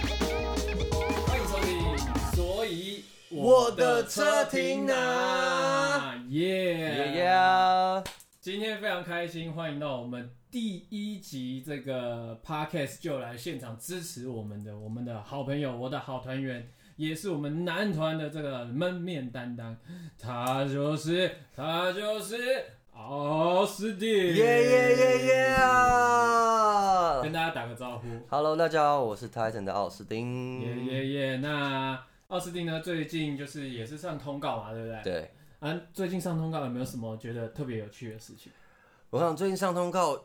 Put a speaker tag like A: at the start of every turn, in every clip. A: 欢迎收听，所以
B: 我的车停哪？
A: 耶
B: 耶耶！
A: 今天非常开心，欢迎到我们第一集这个 podcast 就来现场支持我们的我们的好朋友，我的好团员，也是我们男团的这个焖面担当，他就是他就是奥斯汀，耶
B: 耶耶耶耶！
A: 跟大家打个招呼，
B: Hello，大家好，我是 Titan 的奥斯丁。
A: 耶耶耶！那奥斯汀呢，最近就是也是上通告嘛，对不对？
B: 对，
A: 啊，最近上通告有没有什么觉得特别有趣的事情？
B: 我想最近上通告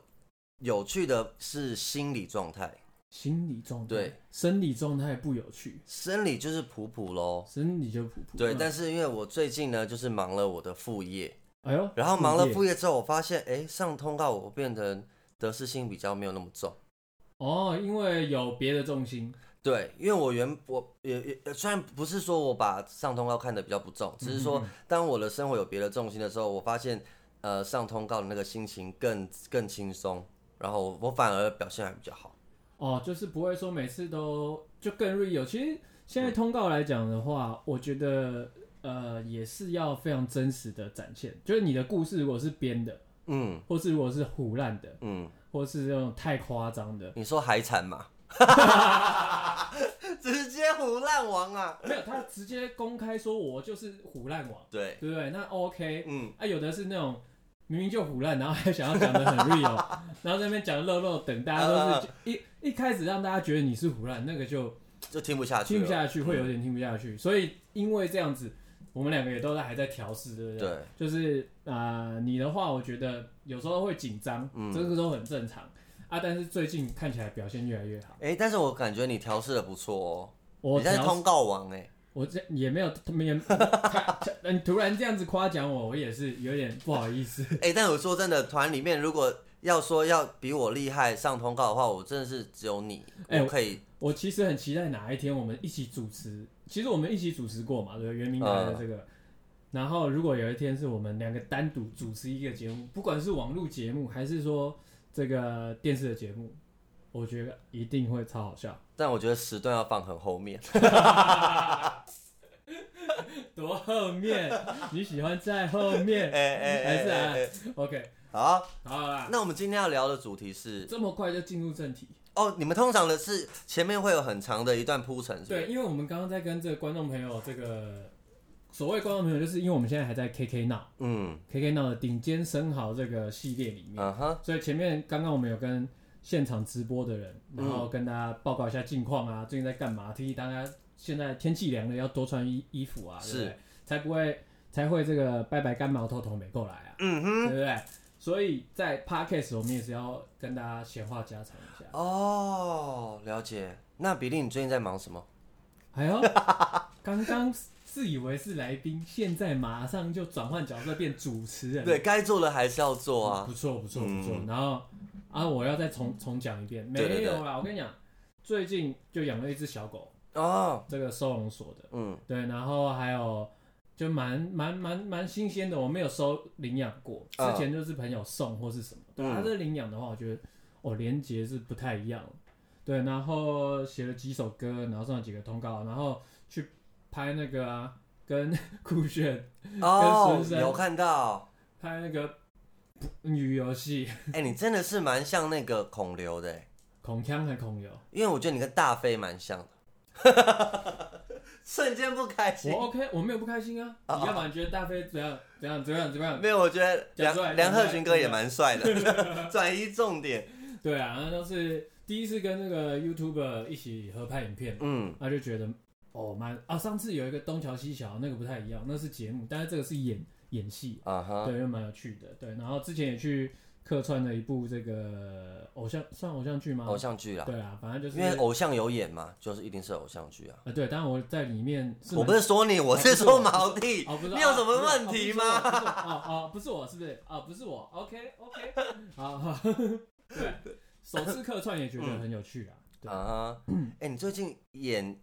B: 有趣的是心理状态，
A: 心理状态，
B: 对，
A: 生理状态不有趣，
B: 生理就是普普咯。
A: 生理就普普。
B: 对，
A: 嗯
B: 但是因为我最近呢，就是忙了我的副业，
A: 哎呦，
B: 然后忙了
A: 副
B: 副
A: 业
B: 业之后，我发现，哎，上通告我变成得失心比较没有那么重。
A: 哦，因为有别的重心，
B: 对，因为我原我也也虽然不是说我把上通告看得比较不重，
A: 嗯
B: 只是说当我的生活有别的重心的时候，我发现呃上通告的那个心情更更轻松，然后我反而表现还比较好。
A: 哦，就是不会说每次都就更 real。其实现在通告来讲的话，我觉得呃也是要非常真实的展现，就是你的故事如果是编的，
B: 嗯
A: 或是如果是胡乱的，
B: 嗯，
A: 或是那种太夸张的，
B: 你说海产嘛， 直接胡烂王啊！
A: 没有他直接公开说我就是胡烂王，
B: 对，
A: 对不对？那 OK，
B: 嗯，
A: 啊，有的是那种明明就胡乱，然后还想要讲的 很 real，然后在那边讲肉肉，等大家
B: 啊
A: 都是一一开始让大家觉得你是胡乱，那个就
B: 就听不下去
A: 听
B: 了。
A: 不下去，会有点听不下去。所以因为这样子，我们两个也都在还在调试，对不对？
B: 对，
A: 就是啊，你的话，我觉得有时候会紧张，
B: 嗯
A: 这个都很正常啊。但是最近看起来表现越来越好，
B: 哎、但是我感觉你调试的不错哦，
A: 我
B: 你现在
A: 调
B: 通告 王哎、
A: 我这也没有没有，你突然这样子夸奖我，我也是有点不好意思。
B: 哎、但我说真的，团里面如果要说要比我厉害上通告的话，我真的是只有你，
A: 哎
B: 我可以，
A: 我其实很期待哪一天我们一起主持，其实我们一起主持过嘛，对不对？圆明台的这个。然后，如果有一天是我们两个单独主持一个节目，不管是网络节目还是说这个电视的节目，我觉得一定会超好笑，
B: 但我觉得时段要放很后面。
A: 多后面 你喜欢在后面、
B: 哎 哎
A: 还是啊、
B: 哎哎
A: o k
B: 好，
A: 好啦，
B: 那我们今天要聊的主题是
A: 这么快就进入正题，
B: 哦，你们通常的是前面会有很长的一段铺陈，是不
A: 对，
B: 是？
A: 因为我们刚刚在跟这个观众朋友，这个所谓观众朋友，就是因为我们现在还在 KK 闹。
B: 嗯，
A: KK 闹的顶尖生蚝这个系列里面，
B: 啊哈，
A: 所以前面刚刚我们有跟现场直播的人，然后跟大家报告一下近况
B: 嗯
A: 啊，最近在干嘛，提醒大家现在天气凉了要多穿衣衣服啊，对不对
B: 是
A: 才不会才会这个拜拜干毛头头没过来啊，
B: 嗯哼，
A: 对不对？所以在 podcast 我们也是要跟大家闲话家常一下。
B: 哦，了解。那比利，你最近在忙什么？
A: 哎呦， 刚刚自以为是来宾，现在马上就转换角色变主持人了，
B: 对该做的还是要做啊
A: 不。错不错不错。
B: 嗯
A: 然后啊，我要再重重讲一遍，没有啦，
B: 对对对
A: 我跟你讲，最近就养了一只小狗，
B: 哦，
A: 这个收容所的，
B: 嗯，
A: 对，然后还有就蛮蛮蛮蛮新鲜的，我没有收领养过，之
B: 啊
A: 前就是朋友送或是什么，对，
B: 嗯
A: 它这领养的话，我觉得哦连接是不太一样，对，然后写了几首歌，然后上了几个通告，然后去拍那个啊，跟酷炫
B: 哦
A: 跟，孙生
B: 有看到。
A: 拍那个女游戏，
B: 哎、你真的是蛮像那个孔刘的、欸，
A: 孔腔还孔游。
B: 因为我觉得你跟大飞蛮像的。 瞬间不开心
A: 我。OK，我没有不开心啊。
B: 哦
A: 你要不然觉得大飞怎样怎样怎样怎样？
B: 没有，我觉得
A: 讲出来
B: 梁
A: 讲
B: 梁
A: 出来
B: 鹤群哥也蛮帅的。 转移重点，
A: 对啊，那都是第一次跟那个 YouTuber 一起合拍影片，
B: 嗯，
A: 他就觉得哦蛮啊，上次有一个东桥西桥，那个不太一样，那是节目，但是这个是演演戏，
B: 啊哈，
A: 对，又蛮有趣的。对，然后之前也去客串了一部这个偶像，算偶像剧吗？
B: 偶像剧啦，
A: 对啊，反正就是
B: 因为偶像有演嘛，就是一定是偶像剧啊。
A: 啊，对，当然我在里面是
B: 我
A: 蛮
B: 不是说你，我是
A: 哦
B: 说
A: 不是
B: 毛弟
A: 哦，不是，
B: 你有什么问题吗？
A: 哦哦，不是我，是不是？哦，不是我，OK OK，好，好对，首次客串也觉得很有趣啊。对，
B: 啊哈。哎，你最近演，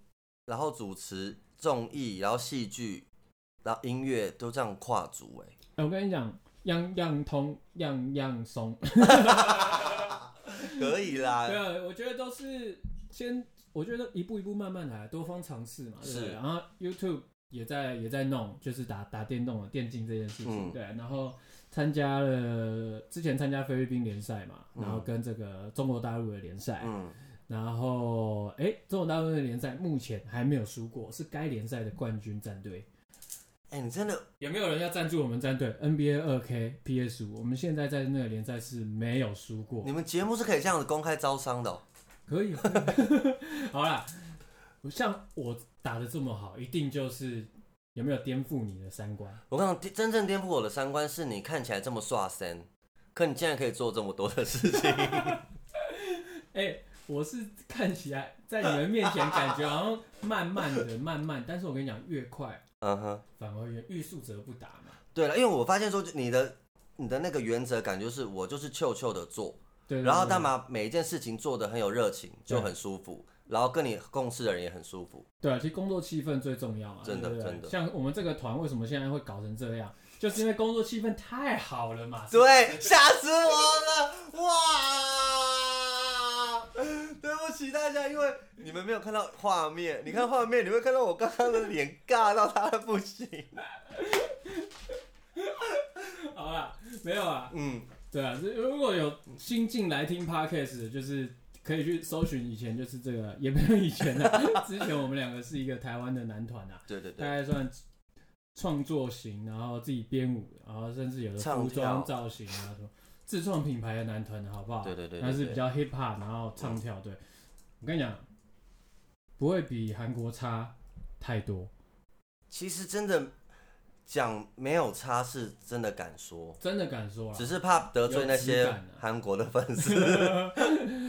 B: 然后主持综艺，然后戏剧，然后音乐，都这样跨足哎。
A: 哎我跟你讲，样样通，样样松。
B: 可以啦
A: 对。啊，我觉得都是先，我觉得一步一步慢慢来，多方尝试嘛。对不对
B: 是
A: 然后 YouTube 也在也在弄，就是打打电动了，电竞这件事情。
B: 嗯
A: 对，然后参加了之前参加菲律宾联赛嘛，
B: 嗯
A: 然后跟这个中国大陆的联赛，
B: 嗯，
A: 然后哎、诶中国大陆的联赛目前还没有输过，是该联赛的冠军战队。
B: 哎、你真的
A: 有没有人要赞助我们战队？NBA 二 K PS 五，我们现在在那个联赛是没有输过。
B: 你们节目是可以这样子公开招商的、哦，
A: 可以，可以 好啦，像我打的这么好，一定就是有没有颠覆你的三观？
B: 我跟你讲，真正颠覆我的三观是你看起来这么刷身，可你竟然可以做这么多的事 情。
A: 哎、我是看起来在你们面前感觉好像慢慢的、慢慢，但是我跟你讲，越快
B: 嗯哼，
A: 反而越欲速则不达嘛。
B: 对了，因为我发现说你的你的那个原则感就是我就是悄悄的做，
A: 对
B: 然后他
A: 嘛，
B: 把每一件事情做的很有热情，
A: 对
B: 就很舒服，然后跟你共事的人也很舒服。
A: 对啊，其实工作气氛最重要嘛。啊
B: 真的
A: 对不对
B: 真的
A: 像我们这个团为什么现在会搞成这样，就是因为工作气氛太好了嘛。
B: 对，吓死我了！哇， 对不起大家，因为你们没有看到画面，你看画面你会看到我刚刚的脸尬到他不行。
A: 好啦，没有啊，
B: 嗯，
A: 对啊，这如果有新进来听 podcast，的就是可以去搜寻以前就是这个，也没有以前啊， 之前我们两个是一个台湾的男团啊，
B: 对对
A: 大
B: 对，
A: 概算创作型，然后自己编舞，然后甚至有的
B: 唱
A: 服
B: 跳
A: 装造型啊什么，自创品牌的男团，好不好？
B: 对对对对
A: 但是
B: 对
A: 比较 hip hop，然后唱跳，对我跟你讲，不会比韩国差太多，
B: 其实真的讲没有差是真的敢说，
A: 真的敢说啊
B: 只。是怕得罪那
A: 有
B: 些
A: 质感啊
B: 韩国的粉丝。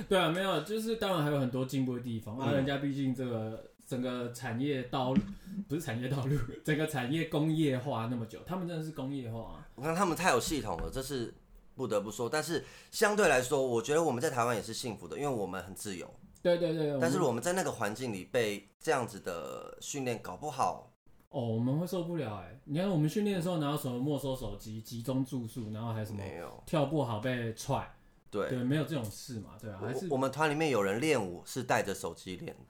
A: 对啊，没有，就是当然还有很多进步的地方啊。
B: 嗯
A: 人家毕竟这个整个产业道路不是产业道路，整个产业工业化那么久，他们真的是工业化、啊。
B: 我看他们太有系统了，这是不得不说。但是相对来说，我觉得我们在台湾也是幸福的，因为我们很自由。
A: 对对对，我们
B: 但是我们在那个环境里被这样子的训练搞不好，
A: 哦，我们会受不了哎、你看我们训练的时候，哪有什么没收手机、集中住宿，然后还有什么
B: 没有。
A: 跳不好被踹，
B: 对，
A: 对，没有这种事嘛，对啊，
B: 我
A: 还是
B: 我们团里面有人练舞是带着手机练的，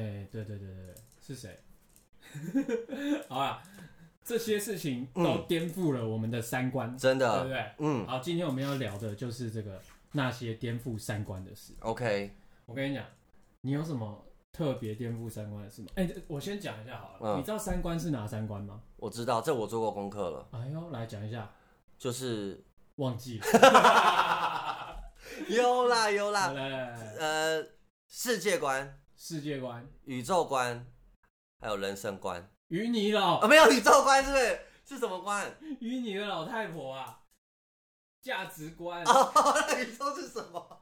A: 哎、对对对对对，是谁？ 好啦，这些事情都
B: 嗯
A: 颠覆了我们的三观，
B: 真
A: 对啊不
B: 的。
A: 对？
B: 嗯
A: 好，今天我们要聊的就是这个那些颠覆三观的事。
B: ，OK，
A: 我跟你讲，你有什么特别颠覆三观的事吗？哎、我先讲一下好了。
B: 嗯
A: 你知道三观是哪三观吗？
B: 我知道，这我做过功课了，
A: 哎呦，来讲一下，
B: 就是
A: 忘记了。
B: 有啦有
A: 来
B: 啦，
A: 来来来，来
B: 呃，世界观、
A: 世界观
B: 宇宙观，还有人生观
A: 与你
B: 啊、
A: 老
B: 没有宇宙观是不是？是什么观？
A: 与你的老太婆啊，价值 观。
B: 哦，那宇宙是什么？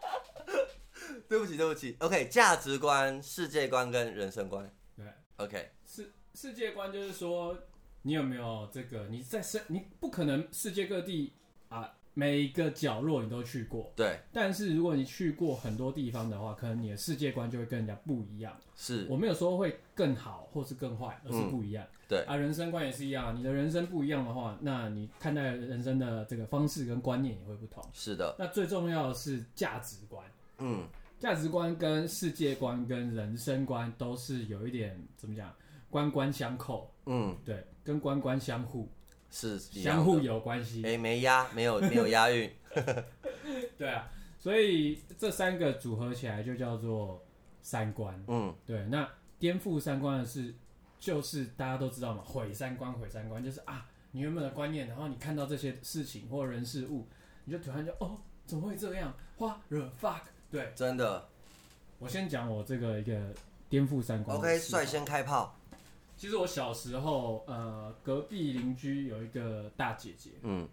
B: 对不起，对不起。OK，价值观、世界观跟人生观。
A: 对，
B: OK，
A: 世世界观就是说，你有没有这个？你在世，你不可能世界各地啊，每一个角落你都去过。
B: 对，
A: 但是如果你去过很多地方的话，可能你的世界观就会跟人家不一样。
B: 是嗯
A: 我没有说会更好或是更坏，而是不一样。
B: 对
A: 啊，人生观也是一样，你的人生不一样的话，那你看待人生的这个方式跟观念也会不同。
B: 是的，
A: 那最重要的是价值观，
B: 嗯，
A: 价值观跟世界观跟人生观都是有一点怎么讲，官官相扣，
B: 嗯，
A: 对，跟官官相护，
B: 是一样
A: 相互
B: 的。
A: 有关系。
B: 哎、没押，没有没有 押韵。
A: 对啊，所以这三个组合起来就叫做三观。
B: 嗯，
A: 对，那颠覆三观的是，就是大家都知道嘛，毁三观，毁三观就是啊，你原本的观念，然后你看到这些事情或人事物，你就突然就哦，怎么会这样？花惹 fuck。对
B: 真的。
A: 我先讲我这个一个颠覆三观的
B: OK，
A: 事好
B: 率
A: 了。
B: 先开炮。
A: 其实我小时候，呃，隔壁邻居有一个大姐姐，
B: 嗯，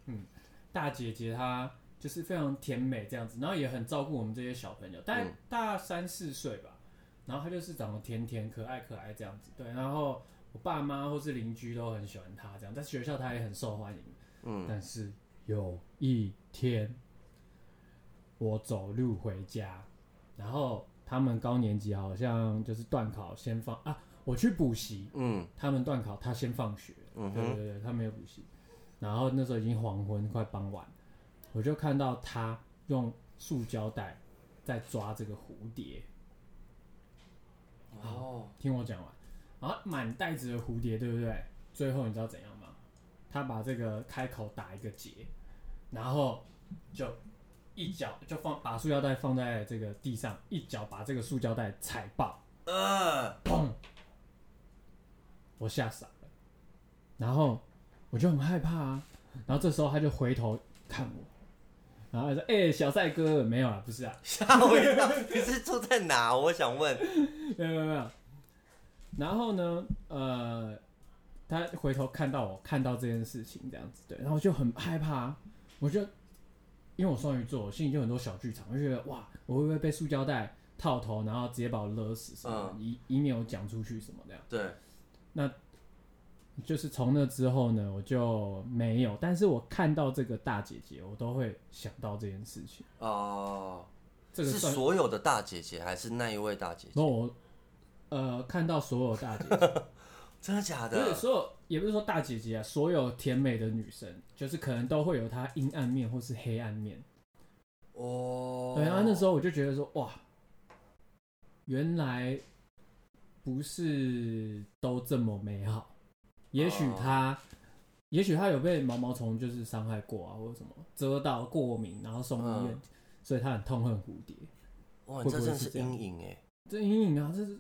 A: 大姐姐她就是非常甜美这样子，然后也很照顾我们这些小朋友，大概
B: 嗯
A: 大三四岁吧。然后她就是长得甜甜可爱可爱这样子，对。然后我爸妈或是邻居都很喜欢她这样，在学校她也很受欢迎。
B: 嗯，
A: 但是有一天，我走路回家，然后他们高年级好像就是断考先放啊，我去补习，
B: 嗯
A: 他们断考，他先放学，
B: 嗯
A: 对
B: 哼，
A: 对对，他没有补习。然后那时候已经黄昏，快傍晚，我就看到他用塑胶袋在抓这个蝴蝶。
B: 哦，
A: 听我讲完，然后满袋子的蝴蝶，对不对？最后你知道怎样吗？他把这个开口打一个结，然后就一脚就放把塑胶袋放在这个地上，一脚把这个塑胶袋踩爆，
B: 呃，
A: 砰！我吓傻了，然后我就很害怕啊。然后这时候他就回头看我，然后他说：“哎、小帅哥，没有啦，不是啊，
B: 吓我一跳！ 你是住在哪？我想问。
A: 没有没有没有。然后呢，呃，他回头看到我看到这件事情这样子，对，然后我就很害怕啊，我就因为我双鱼座，我心里就很多小剧场，我就觉得哇，我会不会被塑胶袋套头，然后直接把我勒死什么的，以、以免我讲出去什么的。
B: 对，
A: 就是从那之后呢，我就没有，但是我看到这个大姐姐，我都会想到这件事情。
B: 哦，
A: 这个
B: 是
A: 算
B: 所有的大姐姐还是那一位大姐姐？
A: 然后我呃看到所有大姐姐。
B: 真的假
A: 不是
B: 的？
A: 所有，也不是说大姐姐啊，所有甜美的女生，就是可能都会有她阴暗面或是黑暗面。
B: 哦，
A: 对，然啊后那时候我就觉得说，哇，原来不是都这么美好。也许
B: 哦
A: 她，也许她有被毛毛虫就是伤害过啊，或者什么蛰到过敏，然后送医院，
B: 嗯
A: 所以她很痛恨蝴蝶。
B: 哇，你这真的
A: 会不会是
B: 是
A: 这样
B: 阴影哎。
A: 这阴影啊，这是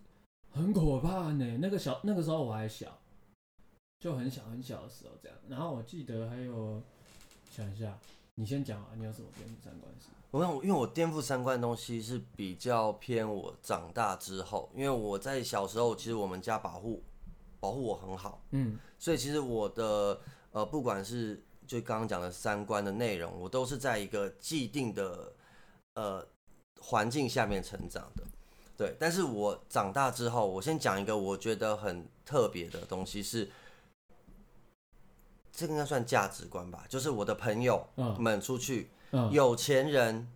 A: 很可怕呢。那个小那个时候我还小，就很小很小的时候这样。然后我记得还有，想一下，你先讲啊，你有什么跟三关系？
B: 我想，因为我颠覆三观的东西是比较偏我长大之后，因为我在小时候，其实我们家保护保护我很好，
A: 嗯
B: 所以其实我的呃，不管是就刚刚讲的三观的内容，我都是在一个既定的呃环境下面成长的。对，但是我长大之后，我先讲一个我觉得很特别的东西是，这个应该算价值观吧，就是我的朋友
A: 嗯
B: 们出去，
A: 嗯，
B: 有钱人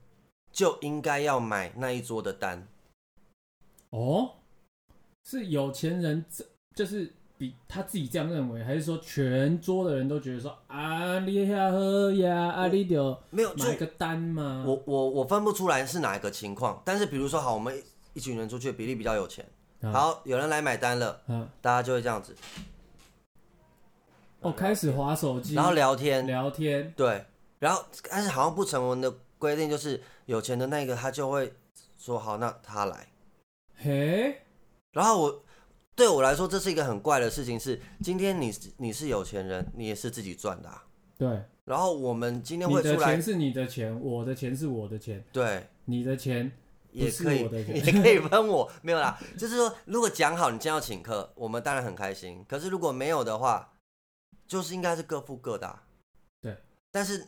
B: 就应该要买那一桌的单，
A: 哦，是有钱人这就是比他自己这样认为，还是说全桌的人都觉得说啊，你遐喝呀，啊你就
B: 没有就
A: 买个单啊嘛？
B: 我我我分不出来是哪一个情况，但是比如说好，我们一一群人出去，比例比较有钱，
A: 啊
B: 好，有人来买单了，
A: 嗯，
B: 大家就会这样子，
A: 哦，开始划手机，
B: 然后聊天，
A: 聊天，
B: 对，然后但是好像不成文的规定就是有钱的那个他就会说好，那他来，
A: 嘿，
B: 然后我。对我来说，这是一个很怪的事情是。今天你是你是有钱人，你也是自己赚的、啊。
A: 对。
B: 然后我们今天
A: 你
B: 会
A: 的
B: 出来
A: 钱，是你的钱，我的钱是我的钱，
B: 对，
A: 你的钱
B: 也可
A: 不是
B: 以
A: 我的，人
B: 也可以分我，没有啦。就是说，如果讲好你今天要请客，我们当然很开心。可是如果没有的话，就是应该是各付各的、啊。
A: 对。
B: 但是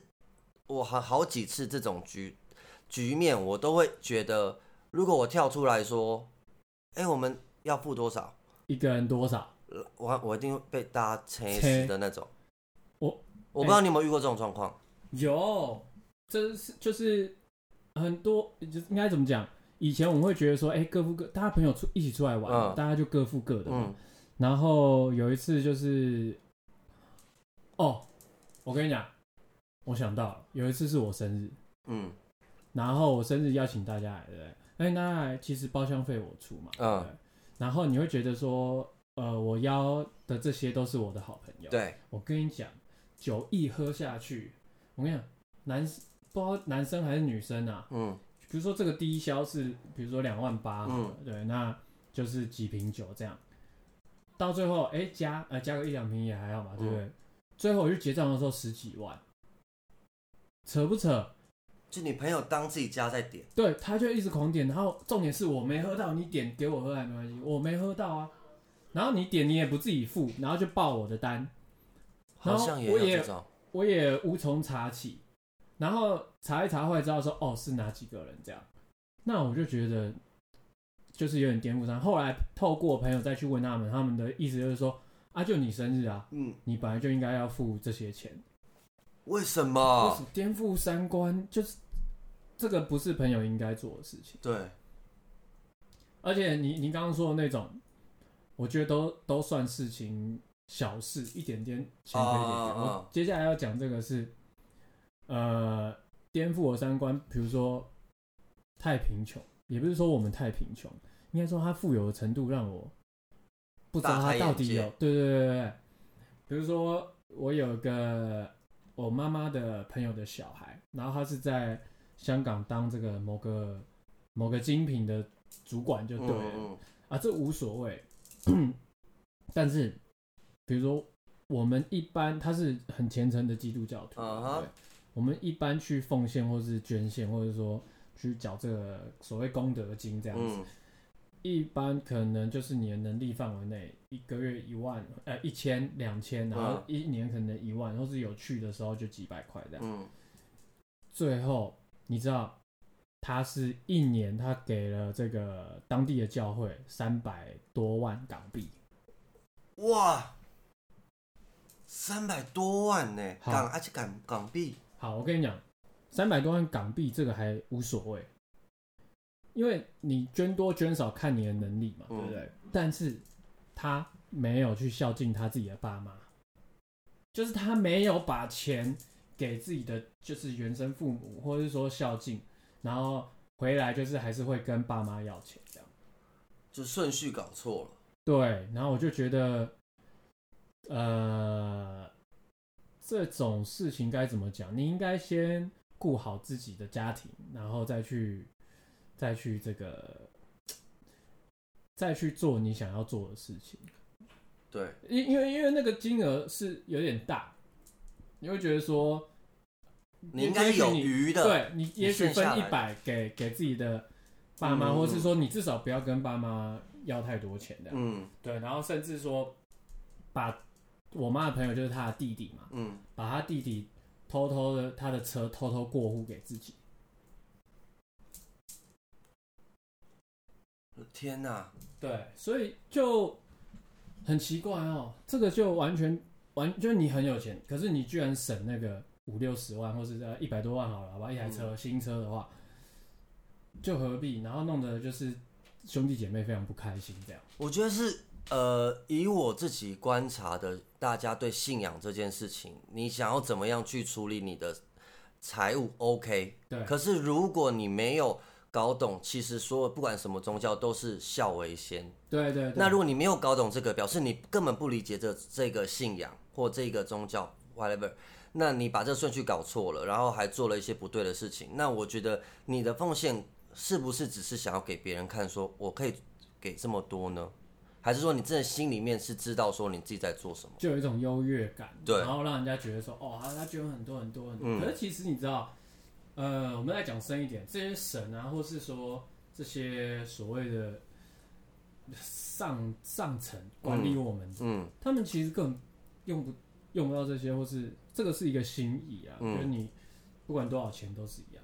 B: 我好好几次这种局局面，我都会觉得，如果我跳出来说，哎、我们要付多少，
A: 一个人多少？
B: 呃我我一定会被大家牵
A: 切
B: 死的那种。
A: 我哎
B: 我不知道你有没有遇过这种状况。
A: 有，这是就是很多，就是应该怎么讲？以前我们会觉得说，哎、各付各，大家朋友出一起出来玩，
B: 嗯
A: 大家就各付各的。
B: 嗯，
A: 然后有一次就是，哦，我跟你讲，我想到了，有一次是我生日，
B: 嗯
A: 然后我生日邀请大家来，对不对？哎、那其实包厢费我出嘛，
B: 嗯
A: 对。然后你会觉得说，呃，我邀的这些都是我的好朋友。，
B: 对，
A: 我跟你讲，酒一喝下去，我跟你讲，男不知道男生还是女生啊，
B: 嗯
A: 比如说这个低消是，比如说两万八，
B: 嗯
A: 对，那就是几瓶酒这样，到最后哎、加呃加个一两瓶也还好嘛，对不对？最后我去结账的时候十几万，扯不扯？
B: 就你朋友当自己家在点，
A: 对，他就一直狂点，然后重点是我没喝到，你点给我喝还没关系，我没喝到啊。然后你点你也不自己付，然后就报我的单，然
B: 好
A: 后
B: 像也
A: 我
B: 有
A: 也
B: 这种。
A: 我也无从查起。然后查一查会知道说哦是哪几个人这样，那我就觉得就是有点颠覆上。后来透过朋友再去问他们，他们的意思就是说啊就你生日啊，
B: 嗯，
A: 你本来就应该要付这些钱，
B: 为什
A: 为
B: 么
A: 什？么颠覆三观？就是这个不是朋友应该做的事情。
B: 对，
A: 而且你你刚刚说的那种，我觉得都都算事情小事，一点点钱可以解决。
B: 哦哦哦
A: 我接下来要讲这个是，呃，颠覆我三观，比如说太贫穷，也不是说我们太贫穷，应该说他富有的程度让我不知道
B: 大开
A: 他
B: 眼
A: 到底
B: 界
A: 有。对对对对对，比如说我有个我妈妈的朋友的小孩，然后他是在香港当这个某个某个精品的主管就对了。
B: 嗯
A: 啊，这无所谓。 但是，比如说我们一般他是很虔诚的基督教徒
B: 嗯哼
A: 对，我们一般去奉献或是捐献，或者说去缴这个所谓功德金这样子，
B: 嗯
A: 一般可能就是你的能力范围内，一个月一万，呃，一千、两千，然后
B: 嗯
A: 一年可能一万，或是有去的时候就几百块这样。
B: 嗯
A: 最后，你知道，他是一年他给了这个当地的教会三百多万港币，
B: 嗯，哇，三百多万呢，
A: 好
B: 港而且港港币，
A: 好，我跟你讲，三百多万港币这个还无所谓，因为你捐多捐少看你的能力嘛，
B: 嗯
A: 对不对？但是他没有去孝敬他自己的爸妈，就是他没有把钱给自己的就是原生父母，或者是说孝敬，然后回来就是还是会跟爸妈要钱这样。
B: 就顺序搞错了。
A: 对，然后我就觉得，呃，这种事情该怎么讲？你应该先顾好自己的家庭，然后再去，再去这个，再去做你想要做的事情。
B: 对，
A: 因因为因为那个金额是有点大，你会觉得说，
B: 你应该有
A: 也许你
B: 余的。
A: 对你也许
B: 剩下
A: 分一
B: 来
A: 百给给自己的爸妈，
B: 嗯
A: 或是说你至少不要跟爸妈要太多钱的。
B: 嗯
A: 对，然后甚至说把我妈的朋友就是她的弟弟嘛，
B: 嗯，
A: 把她弟弟偷偷的他的车偷偷过户给自己，
B: 天哪，
A: 对，所以就很奇怪哦，这个就完全完就是你很有钱，可是你居然省那个五六十万或是呃一百多万好了，好吧，一台车、新车的话，就何必？然后弄得就是兄弟姐妹非常不开心这样，
B: 我觉得是呃，以我自己观察的，大家对信仰这件事情，你想要怎么样去处理你的财务？OK，
A: 对
B: 可是如果你没有搞懂，其实所有不管什么宗教都是孝为先。
A: 对对对，
B: 那如果你没有搞懂这个，表示你根本不理解这这个信仰或这个宗教 whatever，那你把这顺序搞错了，然后还做了一些不对的事情，那我觉得你的奉献是不是只是想要给别人看说我可以给这么多呢？还是说你真的心里面是知道说你自己在做什么？
A: 就有一种优越感，
B: 对
A: 然后让人家觉得说，哦，他他捐很多很多很多。
B: 嗯
A: 可是其实你知道，呃，我们再讲深一点，这些神啊，或是说这些所谓的上上层管理我们，
B: 嗯
A: 他们其实根本用不用不到这些，或是这个是一个心意啊，
B: 嗯
A: 就是你不管多少钱都是一样。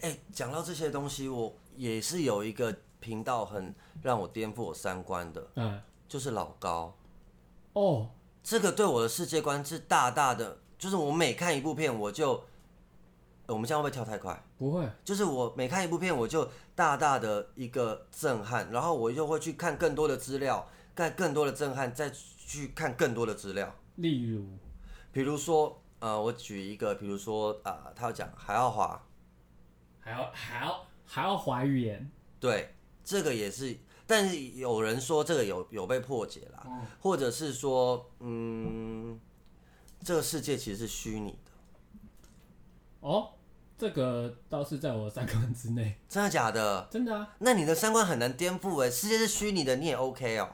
B: 哎、讲到这些东西，我也是有一个频道很让我颠覆我三观的，
A: 嗯，
B: 就是老高。
A: 哦，
B: 这个对我的世界观是大大的，就是我每看一部片，我就，呃我们这样会不会跳太快？
A: 不会，
B: 就是我每看一部片，我就大大的一个震撼，然后我就会去看更多的资料，看更多的震撼，再去看更多的资料。
A: 例如，
B: 比如说，呃，我举一个，比如说啊、呃他有讲海奥华，
A: 还要还要还要怀孕，
B: 对，这个也是，但是有人说这个有有被破解啦，
A: 嗯
B: 或者是说，嗯，这个世界其实是虚拟的，
A: 哦，这个倒是在我的三观之内，
B: 真的假的？
A: 真的啊。
B: 那你的三观很难颠覆哎，世界是虚拟的，你也 OK 哦。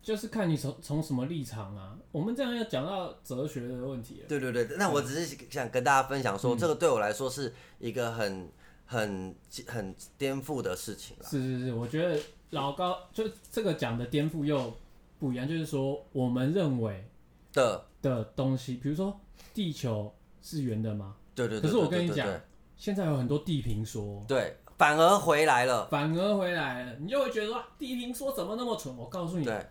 A: 就是看你从从什么立场啊。我们这样要讲到哲学的问题了。
B: 对对对，那我只是想跟大家分享说，
A: 嗯
B: 这个对我来说是一个很很很颠覆的事情啦。
A: 是是是，我觉得老高就这个讲的颠覆又不一样，就是说我们认为
B: 的，
A: 的东西，比如说地球是圆的吗？
B: 对对
A: 可
B: 对。
A: 是我
B: 对
A: 跟你
B: 对对
A: 讲，现在有很多地平说，
B: 对，反而回来了。
A: 反而回来了，你就会觉得说啊地平说怎么那么蠢？我告诉你
B: 对，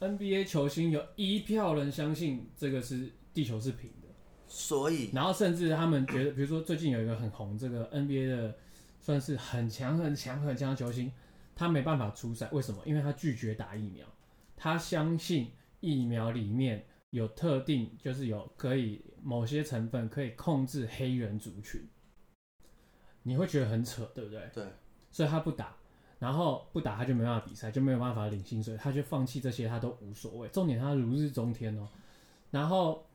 A: ，NBA 球星有一票人相信这个是地球是平的。
B: 所以
A: 然后甚至他们觉得，比如说最近有一个很红，这个 NBA 的算是很强、很强、很强的球星，他没办法出赛，为什么？因为他拒绝打疫苗，他相信疫苗里面有特定，就是有可以某些成分可以控制黑人族群，你会觉得很扯，对不对？
B: 对，
A: 所以他不打，然后不打他就没办法比赛，就没有办法领薪水，他就放弃这些，他都无所谓。重点他如日中天哦。然后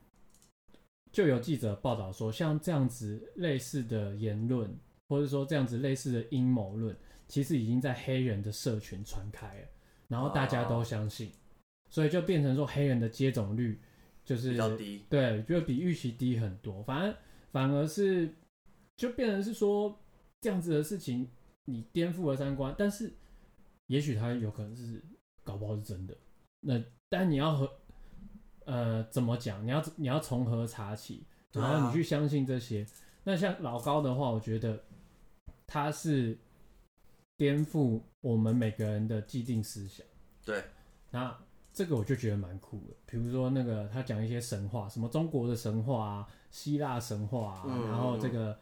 A: 就有记者报道说，像这样子类似的言论，或者说这样子类似的阴谋论，其实已经在黑人的社群传开了，然后大家都相信，所以就变成说黑人的接种率就是
B: 比较低。
A: 对，就比预期低很多。反而反而是就变成是说这样子的事情，你颠覆了三观，但是也许它有可能是搞不好是真的。那但你要和呃怎么讲？你要你要从何查起？
B: 对
A: 然后
B: 啊
A: 你去相信这些。那像老高的话，我觉得他是颠覆我们每个人的既定思想。
B: 对，
A: 那这个我就觉得蛮酷的。比如说那个他讲一些神话，什么中国的神话啊、希腊神话啊，
B: 嗯
A: 然后这个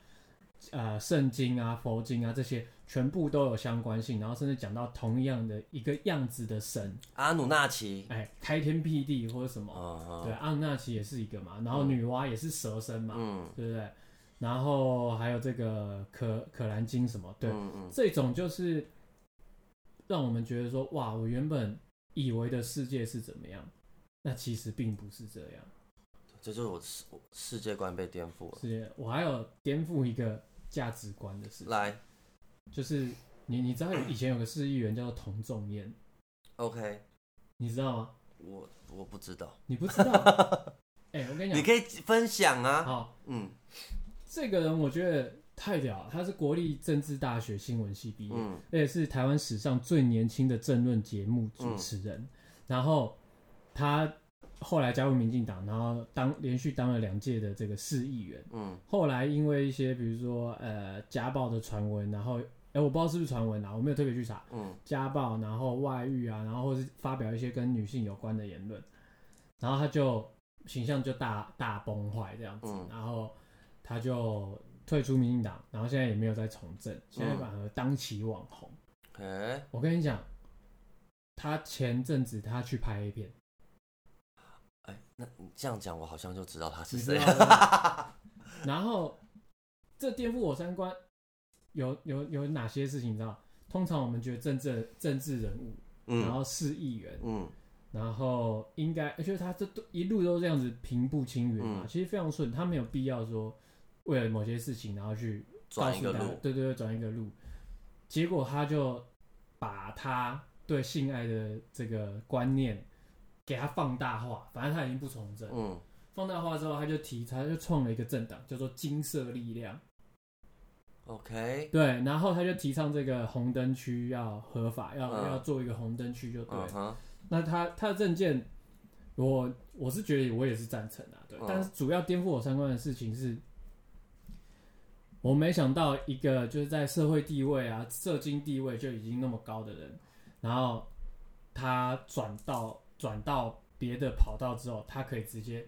A: 呃圣经啊、佛经啊这些全部都有相关性，然后甚至讲到同样的一个样子的神，
B: 阿努纳奇，
A: 哎，开天辟地或者什么。
B: 嗯
A: 对，，啊阿努纳奇也是一个嘛，然后女娲也是蛇身嘛，
B: 嗯
A: 对不对？然后还有这个可可兰经什么，对，
B: 嗯嗯，
A: 这种就是让我们觉得说，哇，我原本以为的世界是怎么样，那其实并不是这样。
B: 这就是我世我世界观被颠覆了。
A: 是我还有颠覆一个价值观的事情，
B: 来
A: 就是你你知道以前有个市议员叫做童仲彦，
B: ，OK，
A: 你知道吗？
B: 我我不知道，
A: 你不知道？ 哎、我跟你
B: 你
A: 讲，
B: 可以分享啊。
A: 好，
B: 嗯
A: 这个人我觉得太屌了，他是国立政治大学新闻系毕业，
B: 嗯，
A: 而且是台湾史上最年轻的政论节目
B: 嗯
A: 主持人。然后他后来加入民进党，然后当连续当了两届的这个市议员。
B: 嗯，
A: 后来因为一些比如说呃家暴的传闻，然后哎我不知道是不是传闻啊，我没有特别去查
B: 嗯
A: 家暴，然后外遇啊，然后或是发表一些跟女性有关的言论，然后他就形象就大大崩坏这样子，
B: 嗯
A: 然后他就退出民进党，然后现在也没有再从政，现在
B: 嗯
A: 反而当起网红。
B: 哎，
A: 我跟你讲，他前阵子他去拍 A 片，
B: 哎，那你这样讲，我好像就知道他是
A: 你
B: 谁
A: 知
B: 了。
A: 道吗然后这颠覆我三观，有有有哪些事情你知道？通常我们觉得政治政治人物，然
B: 嗯
A: 后市议员，
B: 嗯
A: 然后应该，而且他这都一路都这样子平步青云嘛，
B: 嗯
A: 其实非常顺，他没有必要说为了某些事情然后去告
B: 转一
A: 诉
B: 个
A: 大家
B: 路，
A: 对对对，转一个路。结果他就把他对性爱的这个观念给他放大化，反正他已经不从政。
B: 嗯，
A: 放大化之后，他就提，他就创了一个政党，叫做金色力量。
B: OK，
A: 对，然后他就提倡这个红灯区要合法，要、
B: 嗯
A: 要做一个红灯区就对了。
B: 嗯哼，
A: 那他他的证件，我我是觉得我也是赞成啊，对。
B: 嗯
A: 但是主要颠覆我三观的事情是，我没想到一个就是在社会地位啊、社经地位就已经那么高的人，然后他转到转到别的跑道之后，他可以直接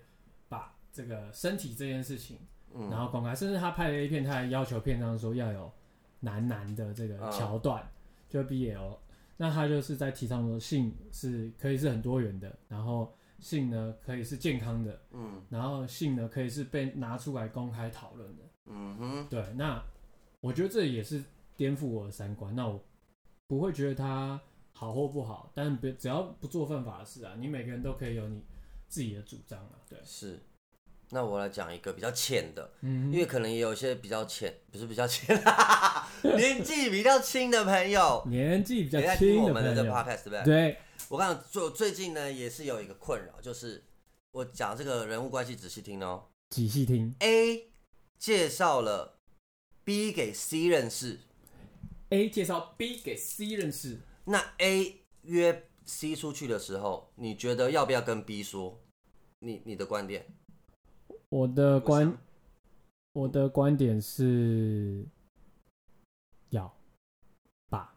A: 把这个身体这件事情，
B: 嗯，
A: 然后公开，甚至他拍了一片，他还要求片商说要有男男的这个
B: 嗯
A: 桥段，就 BL。那他就是在提倡说性是可以是很多元的，然后性呢可以是健康的，
B: 嗯
A: 然后性呢可以是被拿出来公开讨论的。
B: 嗯哼，
A: 对，那我觉得这也是颠覆我的三观。那我不会觉得他好或不好，但别只要不做犯法的事啊，你每个人都可以有你自己的主张啊。对，
B: 是。那我来讲一个比较浅的，
A: 嗯
B: 因
A: 哼，
B: 为可能也有一些比较浅，不是比较浅， 年纪比较轻的朋友，
A: 嗯年纪比较
B: 也在听
A: 轻
B: 我
A: 的
B: 们
A: 朋
B: 的这
A: 友，
B: podcast 对不对？
A: 对，
B: 我刚最最近呢也是有一个困扰，就是我讲这个人物关系仔细听哦。
A: 仔细听。
B: A 介绍了 B 给 C 认识，
A: A 介绍 B 给 C 认识，
B: 那 A 约 C 出去的时候，你觉得要不要跟 B 说？你你的观点？
A: 我的
B: 我
A: 观
B: 想
A: 我的观点是要吧，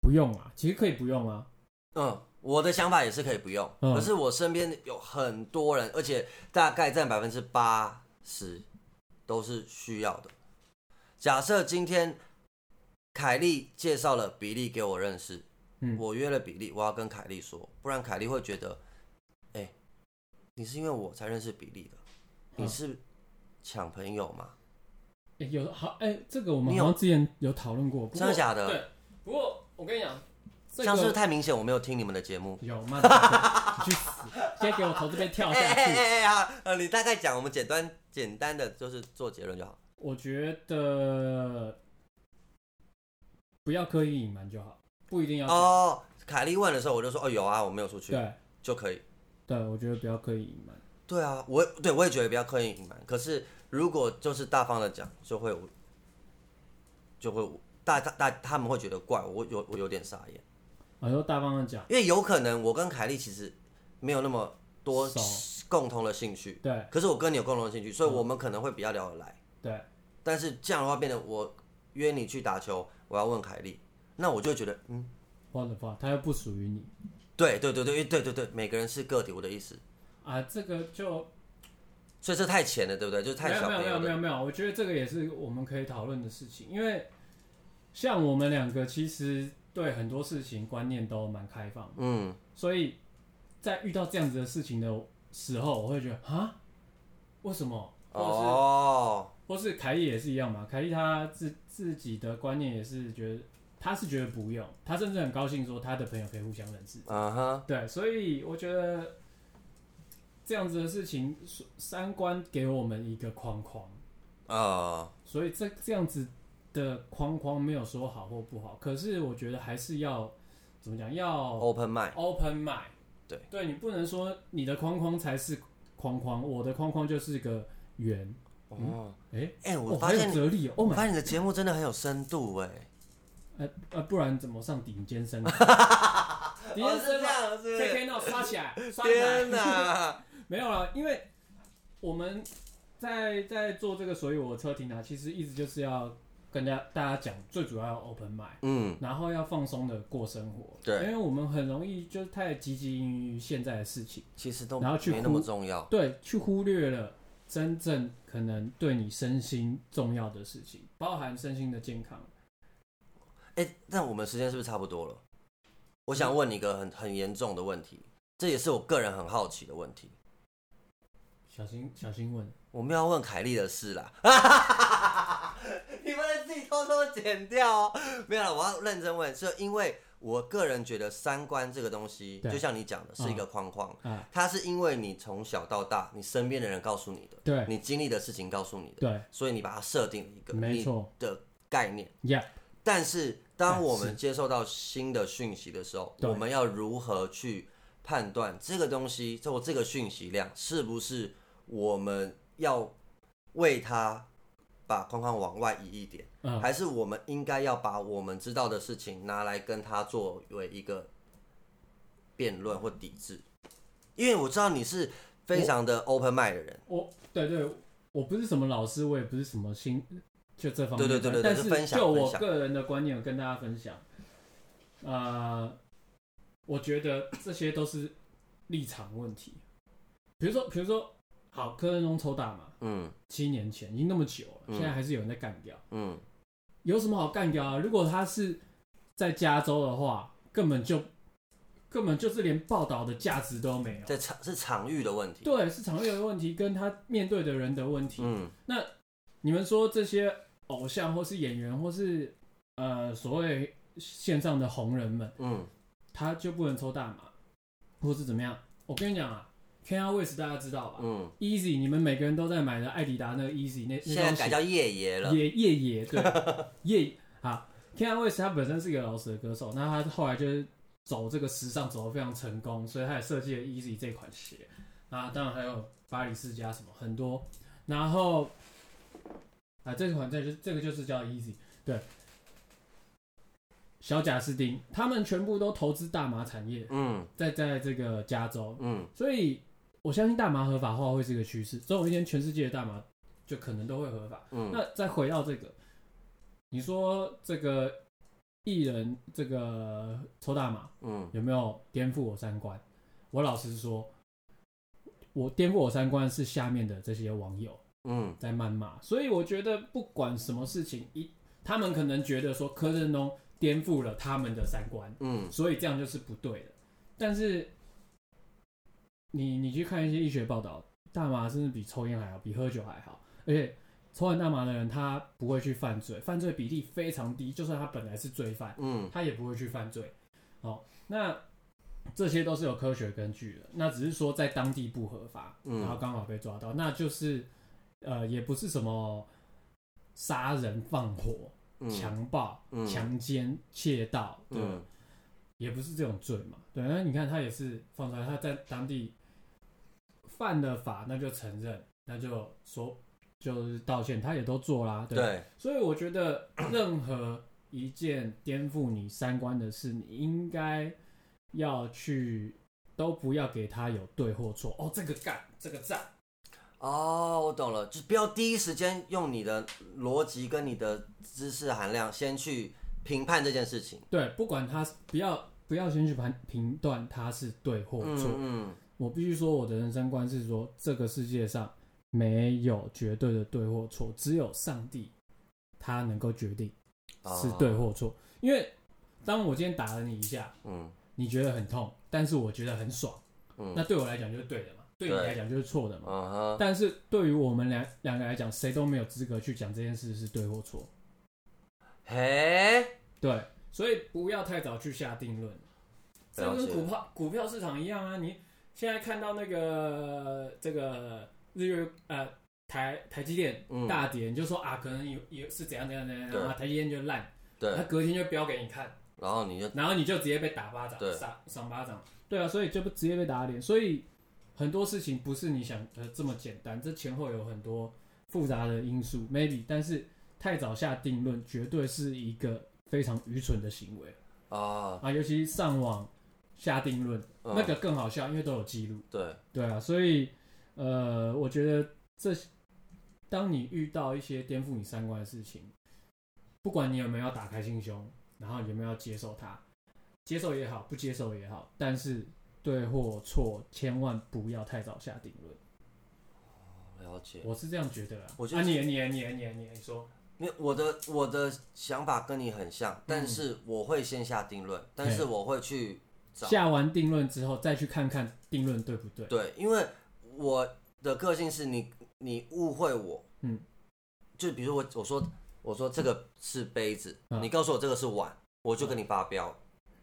A: 不用啊，其实可以不用啊。
B: 嗯，我的想法也是可以不用，
A: 嗯
B: 可是我身边有很多人，而且大概占百分之八十都是需要的。假设今天凯莉介绍了比利给我认识，
A: 嗯
B: 我约了比利，我要跟凯莉说，不然凯莉会觉得，哎、你是因为我才认识比利的，你是抢朋友吗？
A: 诶有好哎、这个我们
B: 你有
A: 好像之前有讨论过，不
B: 真的
A: 过
B: 假的？
A: 对，不过我跟你讲，这
B: 这样是不是
A: 个
B: 太明显？我没有听你们的节目。
A: 有妈的，你去死！ 先给我从这边跳
B: 哎
A: 下
B: 哎
A: 去。
B: 哎哎，好，呃，你大概讲，我们简单简单的就是做结论就好。
A: 我觉得不要刻意隐瞒就好，不一定要讲。
B: 哦，凯莉问的时候，我就说哦有啊，我没有出去
A: 对
B: 就可以。
A: 对，我觉得不要刻意隐瞒。
B: 对啊，我对我也觉得不要刻意隐瞒。可是如果就是大方的讲，就会就会大大大他们会觉得怪我，我有我有点傻眼，
A: 我说大方的讲，
B: 因为有可能我跟凯莉其实没有那么多
A: 熟
B: 共同的兴趣，
A: 对
B: 可是我跟你有共同的兴趣，所
A: 嗯
B: 以我们可能会比较聊得来。
A: 对
B: 但是这样的话，变得我约你去打球，我要问凯莉，那我就会觉得，嗯，
A: ，what the fuck，他又不属于你
B: 对对对对，因为对对对，每个人是个体，我的意思，
A: 啊，这个就
B: 所以这太浅了，对不对？就是太小
A: 没有
B: 朋
A: 没有没有
B: 友
A: 没
B: 的，
A: 有没有，我觉得这个也是我们可以讨论的事情，因为像我们两个其实对很多事情观念都蛮开放的，
B: 嗯，
A: 所以在遇到这样子的事情的时候，我会觉得啊，为什么？或者是、
B: 哦，
A: 或是凯莉也是一样嘛，凯莉她自自己的观念也是觉得，她是觉得不用，她甚至很高兴说她的朋友可以互相认识。
B: 嗯哼，
A: 对，所以我觉得这样子的事情，三观给我们一个框框，
B: 啊，
A: 所以这这样子的框框没有说好或不好，可是我觉得还是要怎么讲，要
B: open mind，
A: open mind。
B: 对，
A: 对你不能说你的框框才是框框，我的框框就是个圆。
B: 哦，
A: 诶，
B: 哎，我
A: 哦
B: 发
A: 很有
B: 现，
A: 哲理哦
B: 我
A: ，Oh my
B: 发现你的节目真的很有深度，哎，
A: 呃呃，不然怎么上顶尖生涯？ 顶
B: 哦
A: 尖
B: 是
A: 生
B: 这
A: 涯
B: 样，是不
A: ，K
B: 是？
A: K 闹哦刷起来，刷起来
B: 天。哪，
A: 没有了，因为我们在在做这个，所以我车停哪，其实一直就是要跟大家大家讲，最主要要 open mind，
B: 嗯，
A: 然后要放松的过生活。
B: 对
A: 因为我们很容易就太积极于现在的事情，
B: 其实都
A: 然后去
B: 没那
A: 哭
B: 么重要，
A: 对，去忽略了真正可能对你身心重要的事情，包含身心的健康。
B: 哎、那我们时间是不是差不多了？我想问你一个很很严重的问题，这也是我个人很好奇的问题。
A: 小心小心问，
B: 我们要问凯莉的事啦， 你们自己偷偷剪掉哦。没有了，我要认真问，是因为我个人觉得三观这个东西，
A: 对
B: 就像你讲的，是一个框框，
A: 啊
B: 它是因为你从小到大，你身边的人告诉你的，
A: 对
B: 你经历的事情告诉你的，
A: 对，
B: 所以你把它设定了一个
A: 没
B: 你
A: 错
B: 的概念。
A: ，Yeah，
B: 但是，当我
A: 但
B: 们接受到新的讯息的时候，
A: 对
B: 我们要如何去判断这个东西，就这个讯息量是不是我们要为它把框框往外移一点，
A: 嗯，
B: 还是我们应该要把我们知道的事情拿来跟它作为一个辩论或抵制？因为我知道你是非常的 open mind 的人，
A: 我对对，我不是什么老师，我也不是什么新，就这方面的。
B: 对对对对
A: 但
B: 就分
A: 是
B: 享
A: 就
B: 分
A: 我
B: 享
A: 个人的观念，我跟大家分享。呃，我觉得这些都是立场问题。比如说，比如说，好，柯震东抽大麻，
B: 嗯
A: 七年前已经那么久了，
B: 嗯
A: 现在还是有人在干掉，
B: 嗯，
A: 有什么好干掉啊？如果他是在加州的话，根本就根本就是连报道的价值都没有。
B: 在场是场域的问题，
A: 对，是场域的问题，跟他面对的人的问题。
B: 嗯
A: 你们说这些偶像或是演员或是呃所谓线上的红人们，
B: 嗯，
A: 他就不能抽大麻，或是怎么样？我跟你讲啊，Kanye West 大家知道吧、
B: 嗯，
A: e a s y 你们每个人都在买的艾迪达那个 Easy 那那
B: 现在
A: 双
B: 改
A: 鞋，
B: 叫夜爷了，
A: 也夜爷对 夜啊，Kanye West 他本身是一个老舌歌手，那他后来就是走这个时尚走得非常成功，所以他也设计了 Easy 这款鞋啊，当然还有巴黎世家什么很多，然后啊，这款这就这个就是叫 Easy，对，小贾斯汀他们全部都投资大麻产业，
B: 嗯
A: 在在这个加州，
B: 嗯。
A: 所以我相信大麻合法化会是一个趋势，总有一天全世界的大麻就可能都会合法。
B: 嗯，
A: 那再回到这个，你说这个艺人这个抽大麻
B: 嗯
A: 有没有颠覆我三观？我老实说，我颠覆我三观是下面的这些网友
B: 嗯
A: 在谩骂，所以我觉得不管什么事情，一他们可能觉得说柯震东颠覆了他们的三观，
B: 嗯
A: 所以这样就是不对的。但是你你去看一些医学报道，大麻甚至比抽烟还好，比喝酒还好，而且抽完大麻的人他不会去犯罪，犯罪比例非常低，就算他本来是罪犯，
B: 嗯，
A: 他也不会去犯罪。好，那这些都是有科学根据的，那只是说在当地不合法，
B: 嗯
A: 然后刚好被抓到，那就是呃，也不是什么杀人、放火、
B: 嗯
A: 强暴、
B: 嗯
A: 强奸、窃盗，对，
B: 嗯
A: 也不是这种罪嘛。对，那你看他也是放出来，他在当地犯了法，那就承认，那就说就是道歉，他也都做啦，对吧
B: 对，
A: 所以我觉得任何一件颠覆你三观的事，你应该要去，都不要给他有对或错。哦，这个干，这个赞，
B: 哦，我懂了，就不要第一时间用你的逻辑跟你的知识含量先去评判这件事情。
A: 对，不管他是不要不要先去判评断他是对或错。
B: 嗯
A: 我必须说，我的人生观是说，这个世界上没有绝对的对或错，只有上帝他能够决定
B: 嗯，
A: 是对或错。因为当我今天打了你一下，
B: 嗯
A: 你觉得很痛，但是我觉得很爽。
B: 嗯，
A: 那对我来讲就是对的嘛，对你
B: 对
A: 来讲就是错的嘛。
B: 嗯哼，
A: 但是对于我们两两个来讲，谁都没有资格去讲这件事是对或错。
B: 嘿，
A: 对，所以不要太早去下定论。这
B: 了
A: 跟
B: 解
A: 股票股票市场一样啊，你现在看到那个这个日月呃台台积电
B: 嗯，
A: 大跌，你就说啊，可能有有是怎样怎样怎样，
B: 对
A: 然后台积电就烂，
B: 对
A: 它，隔天就飙给你看。
B: 然后你就
A: 然后你就直接被打巴掌，
B: 对
A: 赏赏巴掌。对啊，所以就直接被打脸。所以很多事情不是你想的这么简单，这前后有很多复杂的因素，maybe。但是太早下定论，绝对是一个非常愚蠢的行为
B: 啊，
A: 啊！尤其上网下定论，
B: 嗯
A: 那个更好笑，因为都有记录。
B: 对，
A: 对啊，所以呃，我觉得这当你遇到一些颠覆你三观的事情，不管你有没有要打开心胸，然后有没有要接受它，接受也好，不接受也好，但是对或错，千万不要太早下定论。
B: 了解。
A: 我是这样觉得啊。
B: 我觉得
A: 啊，你你你你你你说，
B: 没有我的我的想法跟你很像，
A: 嗯
B: 但是我会先下定论，但是我会去找
A: 下完定论之后再去看看定论对不对？
B: 对，因为我的个性是你你误会我，
A: 嗯，
B: 就比如我我说我说这个是杯子，
A: 嗯
B: 你告诉我这个是碗，我就跟你发飙，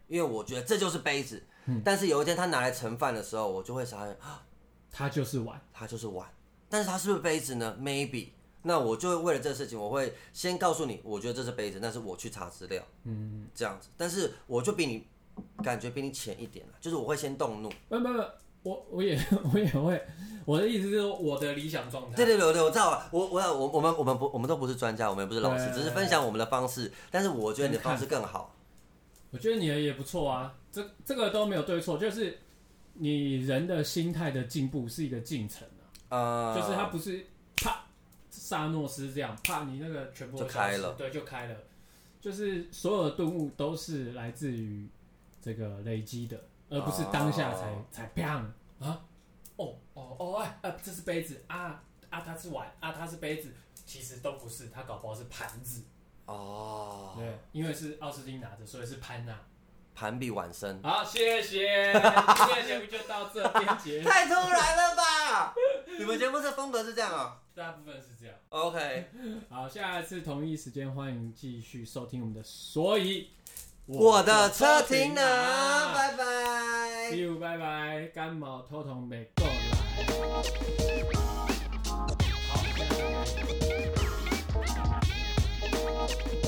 B: 因为我觉得这就是杯子，
A: 嗯
B: 但是有一天他拿来盛饭的时候，我就会傻眼，啊
A: 它就是碗。
B: 它就是碗，但是它是不是杯子呢？Maybe。那我就会为了这事情，我会先告诉你，我觉得这是杯子，但是我去查资料，
A: 嗯，
B: 这样子。但是我就比你感觉比你浅一点了，就是我会先动怒。
A: 嗯不不不，我我也 我也会，我的意思是说我的理想状态。
B: 对对对对，我知道了。我我我我们我们不我们都不是专家，我们也不是老师，
A: 对
B: 只是分享我们的方式。但是我觉得你的方式更好。
A: 我觉得你的也不错啊，这这个都没有对错，就是你人的心态的进步是一个进程啊，
B: 呃，
A: 就是它不是啪萨诺斯这样啪你那个全部都
B: 就开
A: 消失
B: 了
A: 对，就开了，就是所有的顿悟都是来自于这个累积的，而不是当下才、
B: 哦
A: 才砰啊，哦哦哦哎啊，这是杯子啊啊，它是碗啊，它是杯子，其实都不是，它搞不好是盘子，
B: 哦，
A: 对，因为是奥斯汀拿着，所以是潘娜。
B: 盘比碗 深，
A: 好，谢谢，今天的节目就到这边结束。
B: 太突然了吧？ 你们节目这风格是这样啊
A: 大部分是这样。
B: ？OK，
A: 好，下一次同一时间欢迎继续收听我们的。所以
B: 我的车停了，
A: 拜
B: 拜拜。
A: See you，拜拜。干毛偷童没过来。好，现在就开始